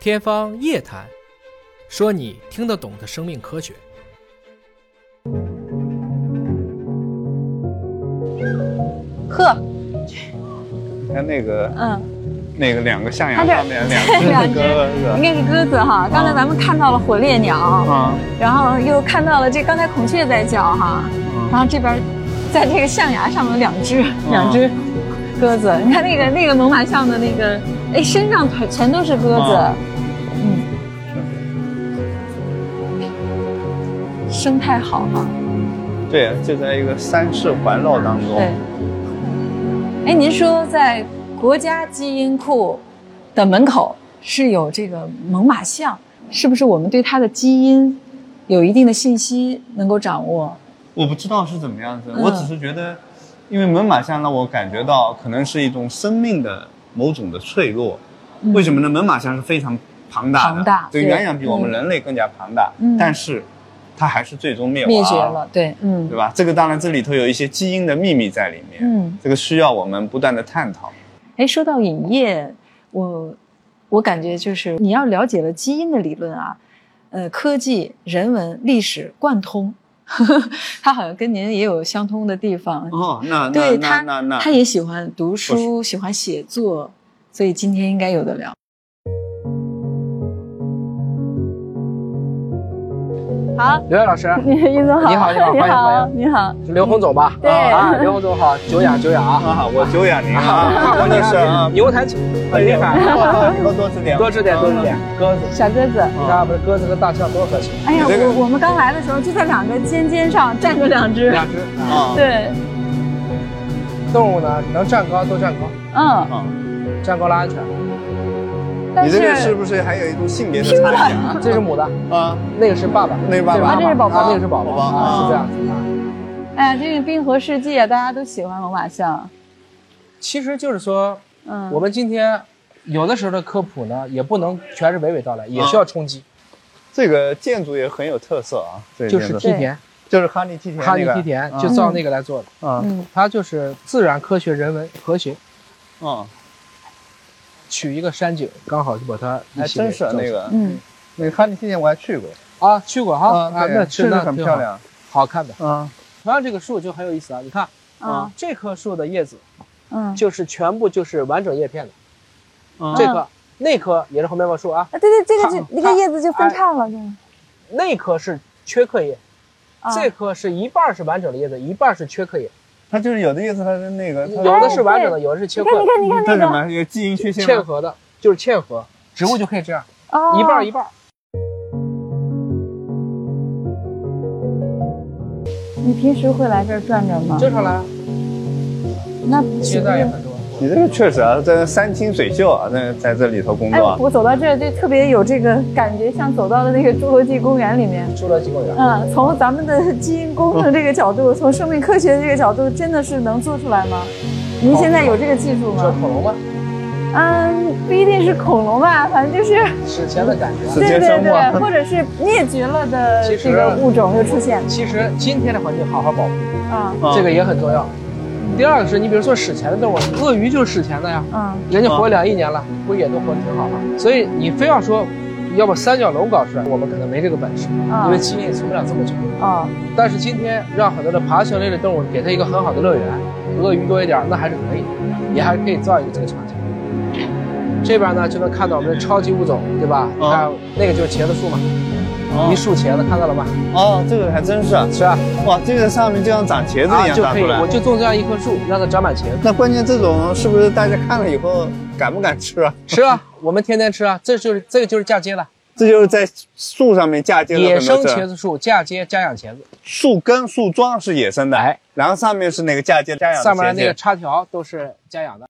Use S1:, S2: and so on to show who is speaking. S1: 天方夜谭，说你听得懂的生命科学。
S2: 呵，
S3: 你看那个
S2: 嗯，
S3: 那个两个象牙
S2: 它这
S3: 上面两只
S2: 两
S3: 那
S2: 只
S3: 个
S2: 应该是鸽子哈。刚才咱们看到了火烈鸟，
S3: 啊，
S2: 然后又看到了这刚才孔雀在叫哈，然后这边在这个象牙上面有两只两只鸽子，你看那个那个猛犸象的那个，哎，身上全全都是鸽子
S3: 啊，
S2: 嗯，生态好哈，
S3: 对，就在一个山势环绕当中
S2: 对。。哎，您说在国家基因库的门口是有这个猛犸象，是不是我们对它的基因有一定的信息能够掌握？
S3: 我不知道是怎么样子，
S2: 嗯
S3: 我只是觉得，因为猛犸象让我感觉到可能是一种生命的某种的脆弱。
S2: 嗯
S3: 为什么呢？猛犸象是非常庞大的，
S2: 庞大
S3: 对，
S2: 对
S3: 远远比我们人类更加庞大，
S2: 嗯
S3: 但是它还是最终灭亡
S2: 灭绝了，对，嗯
S3: 啊对吧？这个当然这里头有一些基因的秘密在里面，
S2: 嗯。
S3: 这个需要我们不断的探讨。
S2: 哎，说到饮业，我我感觉就是你要了解了基因的理论啊，呃，科技、人文、历史贯通， 它好像跟您也有相通的地方。
S3: 哦，那那
S2: 对
S3: 那
S2: 他
S3: 那那，
S2: 他也喜欢读书，喜欢写作，所以今天应该有的聊。好，
S4: 刘烨老 师，
S2: 殷总好，
S4: 你好你好
S2: 你
S4: 欢迎欢
S2: 好，你好，
S4: 是刘洪总吧？
S2: 对
S4: 啊，刘洪总好，久仰久仰 啊！
S3: 啊，我久仰您啊，高女士啊，
S4: 牛哎弹琴很厉害，
S3: 以后多吃点，
S4: 多吃点多吃点。鸽子，
S2: 小鸽子。
S4: 你看我们的鸽子和大象多和谐，
S2: 哎呀，
S3: 你这个
S2: 我我们刚来的时候就在两个尖尖上站着两只，
S4: 两只啊
S3: 啊。
S2: 对，
S4: 动物呢，能站高都站高，
S2: 嗯，
S3: 啊，
S4: 站高了安全。
S2: 但
S3: 你
S2: 是
S3: 这个是不是还有一种性别的差异
S4: 这是母的，
S3: 啊？啊，
S4: 那个是爸爸，
S3: 那个爸爸
S4: 妈妈
S2: 啊这是宝宝
S4: 啊那个是宝宝
S3: 宝宝
S4: 啊，
S3: 啊
S4: 是这样子啊。
S2: 哎呀，这个冰河世纪啊，大家都喜欢猛犸象，
S4: 其实就是说，
S2: 嗯，
S4: 我们今天有的时候的科普呢，也不能全是娓娓道来，也需要冲击，
S3: 这个建筑也很有特色啊，这
S4: 就是
S3: 建筑
S4: 梯田，
S3: 就是哈利梯田那个，
S4: 哈利梯田就照那个来做的，
S3: 啊
S2: 嗯
S4: 它就是自然科学人文和谐。
S3: 啊，
S4: 取一个山景，刚好就把它
S3: 还
S4: 一起给
S3: 真是
S4: 照出来
S3: 那个
S2: 嗯，
S3: 那个哈利梯田我还去过
S4: 啊，去过哈啊，那
S3: 对
S4: 是
S3: 确实
S4: 那
S3: 很
S4: 挺
S3: 漂亮
S4: 好，好看的。
S3: 啊
S4: 同样这个树就很有意思啊，你看
S2: 啊，
S4: 这棵树的叶子
S2: 嗯，
S4: 就是全部就是完整叶片的，
S3: 啊
S4: 这棵那棵也是红面包树啊，
S2: 啊，对对，这个
S4: 它
S2: 就那个叶子就
S3: 啊
S2: 分叉了，对吗？
S4: 那棵是缺刻叶，
S2: 啊
S4: 这棵是一半是完整的叶子，一半是缺刻叶，
S3: 它就是有的意思，它是那个，它
S4: 有的是完整的，有的是缺
S2: 你
S4: 刻
S2: 看，你
S4: 的，
S2: 看，你看
S3: 它
S2: 那
S3: 什
S2: 个，
S3: 么有基因缺陷
S4: 嵌
S3: 吗？
S4: 合的，就是嵌合。植物就可以这样，
S2: 哦，
S4: 一半一半。
S2: 你平时会来这儿转转吗？
S4: 经常来，
S2: 那
S4: 现在也很多。
S3: 你这个确实啊，在山清水秀啊，在在这里头工
S2: 哎
S3: 作，啊，
S2: 我走到这儿就特别有这个感觉，像走到了那个侏罗纪公园里面。
S4: 侏罗纪公园，
S2: 嗯，从咱们的基因工程这个角度，从生命科学这个角度，真的是能做出来吗？您现在有这个技术
S4: 你说
S2: 吗？
S4: 恐龙吗？
S2: 嗯，不一定是恐龙吧，反正就是
S4: 史前的感觉啊。
S3: 是
S2: 对
S3: 接
S2: 对
S3: 生物啊
S2: 对，或者是灭绝了的
S4: 其实
S2: 这个物种又出现
S4: 其实今天的环境好好保护。
S2: 啊，
S3: 啊
S4: 这个也很重要。第二个是你比如说史前的动物，鳄鱼就是史前的呀，
S2: 嗯
S4: 人家活两亿年了，不也都活得挺好吗？所以你非要说，要把三角龙搞出来，我们可能没这个本事，因为
S2: 啊
S4: 基因也存不了这么久。
S2: 啊，
S4: 但是今天让很多的爬行类的动物给它一个很好的乐园，鳄鱼多一点，那还是可以的，也还可以造一个这个场景。这边呢就能看到我们的超级物种，对吧？你看那个就是茄子树嘛，
S3: 哦
S4: 一树茄子，看到了吗？
S3: 哦，这个还真是啊，
S4: 是吧？
S3: 哇，这个上面就像长茄子一
S4: 啊
S3: 样
S4: 就
S3: 长
S4: 可以，
S3: 出来
S4: 我。就种这样一棵树，让它长满茄 子。
S3: 那关键这种是不是大家看了以后敢不敢吃啊？
S4: 吃啊，我们天天吃啊，这就是这个就是嫁接了，
S3: 这就是在树上面嫁接的
S4: 野
S3: 很多
S4: 生
S3: 这
S4: 茄子树嫁接家养茄子，
S3: 树根、树桩是野生的，
S4: 哎
S3: 然后上面是那个嫁接家养的
S4: 上面
S3: 茄子
S4: 那个插条都是家养的。